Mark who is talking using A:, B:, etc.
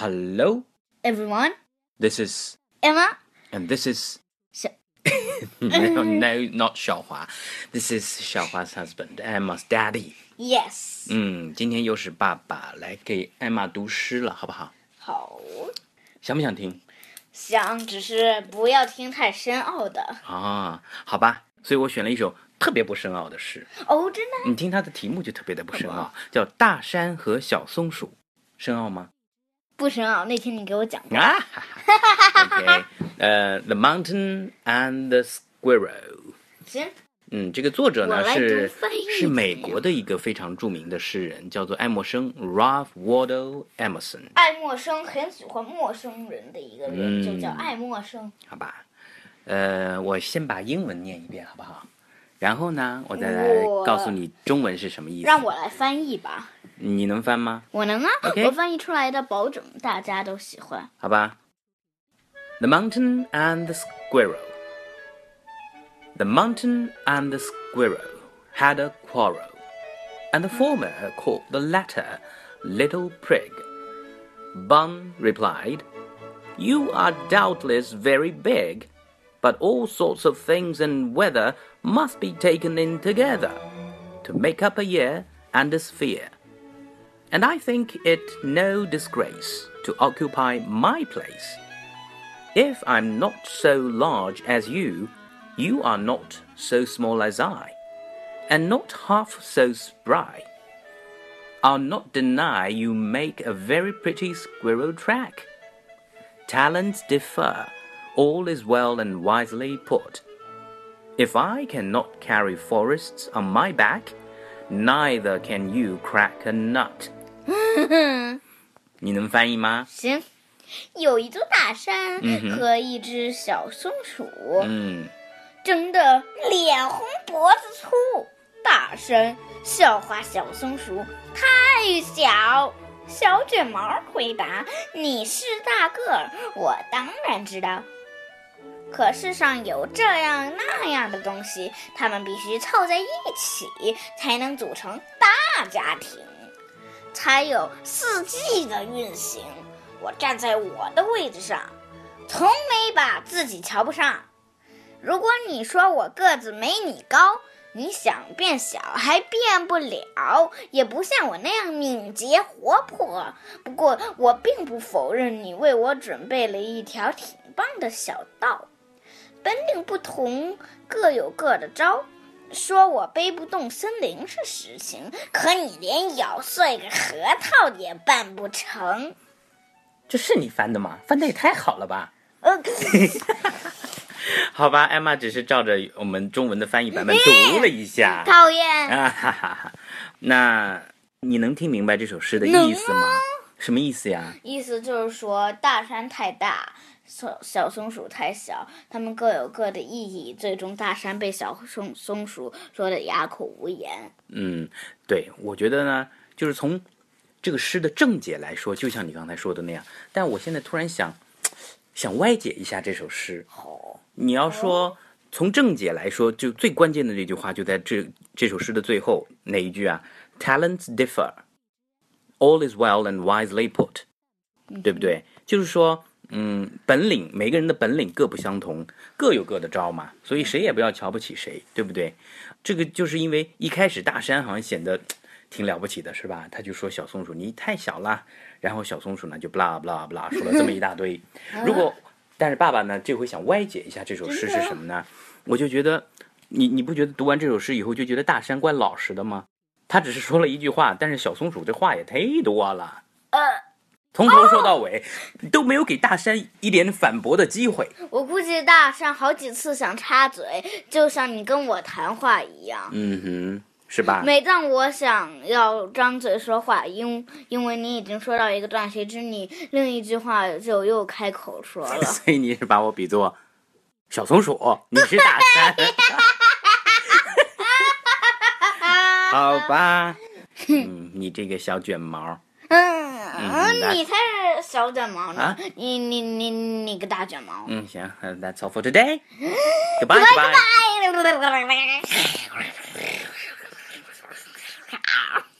A: Hello,
B: everyone.
A: this is
B: Emma.
A: and this is.
B: 小
A: no, no, not 小华，This is 小华 's husband, Emma's daddy。
B: Yes.
A: 嗯，今天又是爸爸来给艾玛读诗了，好不好？
B: 好，
A: 想不想听
B: 想只是不要听太深奥的
A: 啊？好吧，所以我选了一首特别不深奥的诗，
B: 哦，真的
A: 你听它的题目就特别的不深奥，叫《大山和小松鼠》，深奥吗？
B: 不深奥。那天你给我讲过，
A: 啊哈哈 ，OK，呃、t h e Mountain and the Squirrel。
B: 真
A: 嗯，这个作者
B: 我
A: 呢
B: 来读
A: 是
B: 翻译
A: 是美
B: 怎么样
A: 国的一个非常著名的诗人，叫做爱默生 （Ralph Waldo Emerson）。
B: 爱默生很喜欢陌生人的一个人，就叫爱默生。
A: 好吧，呃，我先把英文念一遍，好不好？然后呢，我再来
B: 我
A: 告诉你中文是什么意思。
B: 让我来翻译吧，
A: 你能翻吗？
B: 我能啊
A: OK
B: 我翻译出来的保证大家都喜欢。
A: 好吧。The mountain and the squirrel. The mountain and the squirrel had a quarrel, and the former called the latter Little Prig. Bun replied, You are doubtless very big, but all sorts of things and weather must be taken in together to make up a year and a sphere and I think it no disgrace to occupy my place. If I'm not so large as you, you are not so small as I, and not half so spry. I'll not deny you make a very pretty squirrel track. Talents differ, all is well and wisely put. If I cannot carry forests on my back, neither can you crack a nut. 你能翻译吗？
B: 行，有一座大山和一只小松鼠。
A: 嗯，
B: 争得脸红脖子粗，大声笑话小松鼠太小。小卷毛回答：“你是大个儿，我当然知道。可世上有这样那样的东西，它们必须凑在一起，才能组成大家庭，才有四季的运行。我站在我的位置上，从没把自己瞧不上。”如果你说我个子没你高，你想变小还变不了，也不像我那样敏捷活泼。不过我并不否认你为我准备了一条挺棒的小道。本领不同，各有各的招。说我背不动森林是实情，可你连咬碎个核桃也办不成。
A: 这是你翻的吗？翻的也太好了吧！
B: 呃，
A: 好吧，艾玛只是照着我们中文的翻译版本读了一下
B: 讨厌，
A: 啊，哈哈哈。那你能听明白这首诗的意思吗？什么意思呀？
B: 意思就是说，大山太大，小小松鼠太小，它们各有各的意义。最终，大山被小松松鼠说的哑口无言。
A: 嗯，对，我觉得呢，就是从这个诗的正解来说，就像你刚才说的那样。但我现在突然想，想歪解一下这首诗。
B: 哦，
A: 你要说从正解来说，就最关键的这句话就在这这首诗的最后哪一句啊？Talents differ, all is well and wisely put，对不
B: 嗯
A: 对？就是说，嗯，本领每个人的本领各不相同，各有各的招嘛，所以谁也不要瞧不起谁，对不对？这个就是因为一开始大山好像显得。挺了不起的是吧？他就说小松鼠你太小了，然后小松鼠呢就 blah blah blah 说了这么一大堆。如果但是爸爸呢，这回想歪解一下这首诗是什么呢？我就觉得，你你不觉得读完这首诗以后就觉得大山怪老实的吗？他只是说了一句话，但是小松鼠这话也忒多了，
B: 呃，
A: 从头说到尾、都没有给大山一点反驳的机会。
B: 我估计大山好几次想插嘴，就像你跟我谈话一样。
A: 嗯哼，是吧？
B: 每当我想要张嘴说话，因因为你已经说到一个段，谁知你另一句话就又开口 说 了。
A: 所以你是把我比作小松鼠，你是大山。好吧，嗯，你这个小卷毛，
B: 嗯，
A: 那
B: 你才是小卷毛呢！
A: 啊
B: 你你你你个大卷毛！
A: 嗯嗯，行，That's all for today. Goodbye, goodbye.
B: 拜。